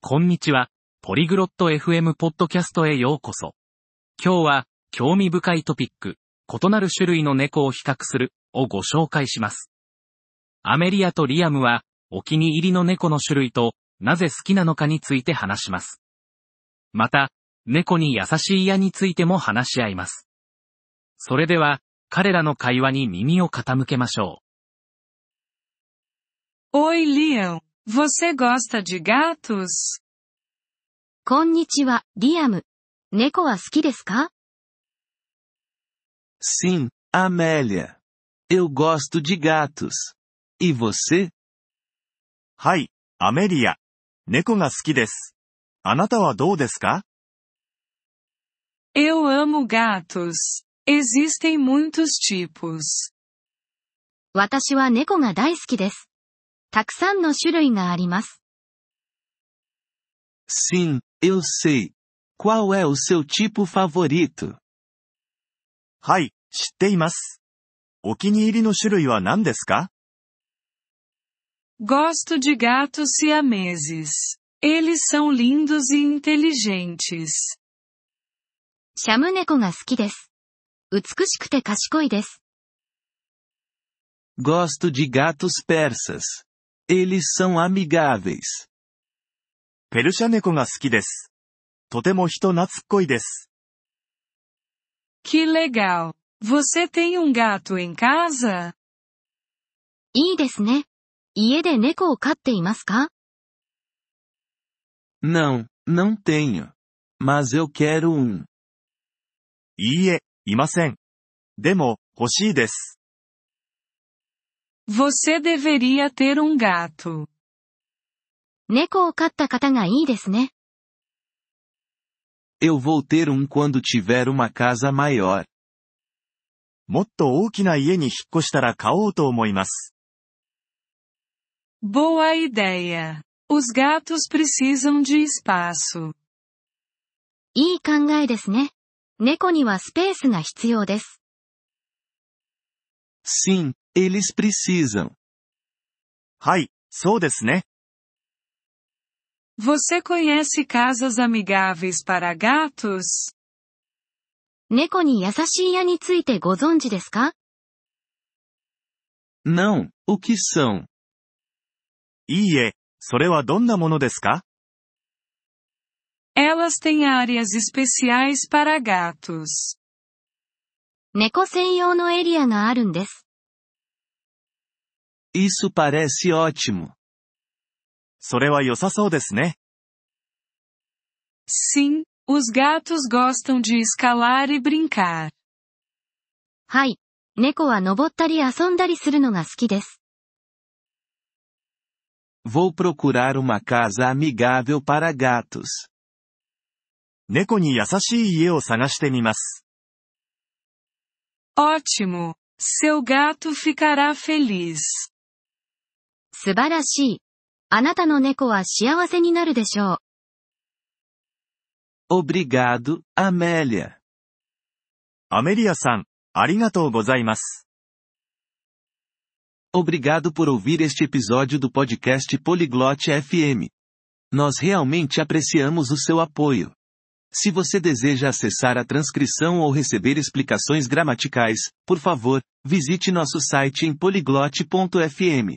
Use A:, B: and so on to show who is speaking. A: こんにちは。ポリグロット FM ポッドキャストへようこそ。今日は、興味深いトピック、異なる種類の猫を比較する、をご紹介します。アメリアとリアムは、お気に入りの猫の種類と、なぜ好きなのかについて話します。また、猫に優しい矢についても話し合います。それでは、彼らの会話に耳を傾けましょ
B: Oi, Liam. Você gosta de gatos?
C: こんにちは、リアム。猫は好きですか
D: Sim, Amélia. Eu gosto de gatos. E você?
E: はい、アメリア。猫が好きです。あなたはどうですか
B: Eu amo gatos. Existem muitos tipos.
C: 私は猫が大好きです。たくさんの種類があります。
D: Sim, eu sei. Qual é o seu tipo favorito?
E: はい、知っています。お気に入りの種類は何ですか
B: Gosto de gatos siameses. Eles são lindos e inteligentes.
C: シャム猫が好きです。美しくて賢いです。
D: Gosto de gatos persas. Eles são amigáveis.
E: ペルシャ猫が好きです。とても人懐っこいです。
B: Que legal. Você tem um gato em casa?
C: いいですね。家で猫を飼っていますか
D: Não, não tenho. Mas eu quero um.
E: いいえ、いません。でも、欲しいです。
B: Você deveria ter um gato.
C: 猫を飼った方がいいですね。
D: Eu vou ter um quando tiver uma casa maior.
E: もっと大きな家に引っ越したら買おうと思います。
B: Boa ideia. Os gatos precisam de espaço.
C: いい考えですね。猫にはスペースが必要です。
D: Sim, eles precisam.
E: はい、そうですね。
B: Você conhece casas amigáveis para gatos?
C: 猫に優しい矢についてご存知ですか
D: Não, o que são?
E: いいえ、それはどんなものですか
B: Elas têm áreas especiais para gatos.
C: 猫専用のエリアがあるんです。
D: Isso parece ótimo.
E: それは良さそうですね。
B: Sim, os gatos gostam de escalar e brincar.
C: はい。猫は登ったり遊んだりするのが好きです。
D: Vou procurar uma casa amigável para gatos.
E: 猫に優しい家を探してみます。
B: Ótimo! Seu gato ficará feliz.
C: 素晴らしい。あなたの猫は幸せになるでしょう。
D: Obrigado, Amélia.
E: アメリアさん、ありがとうございます。
D: Obrigado por ouvir este episódio do podcast Poliglote FM. Nós realmente apreciamos o seu apoio. Se você deseja acessar a transcrição ou receber explicações gramaticais, por favor, visite nosso site em poliglote.fm.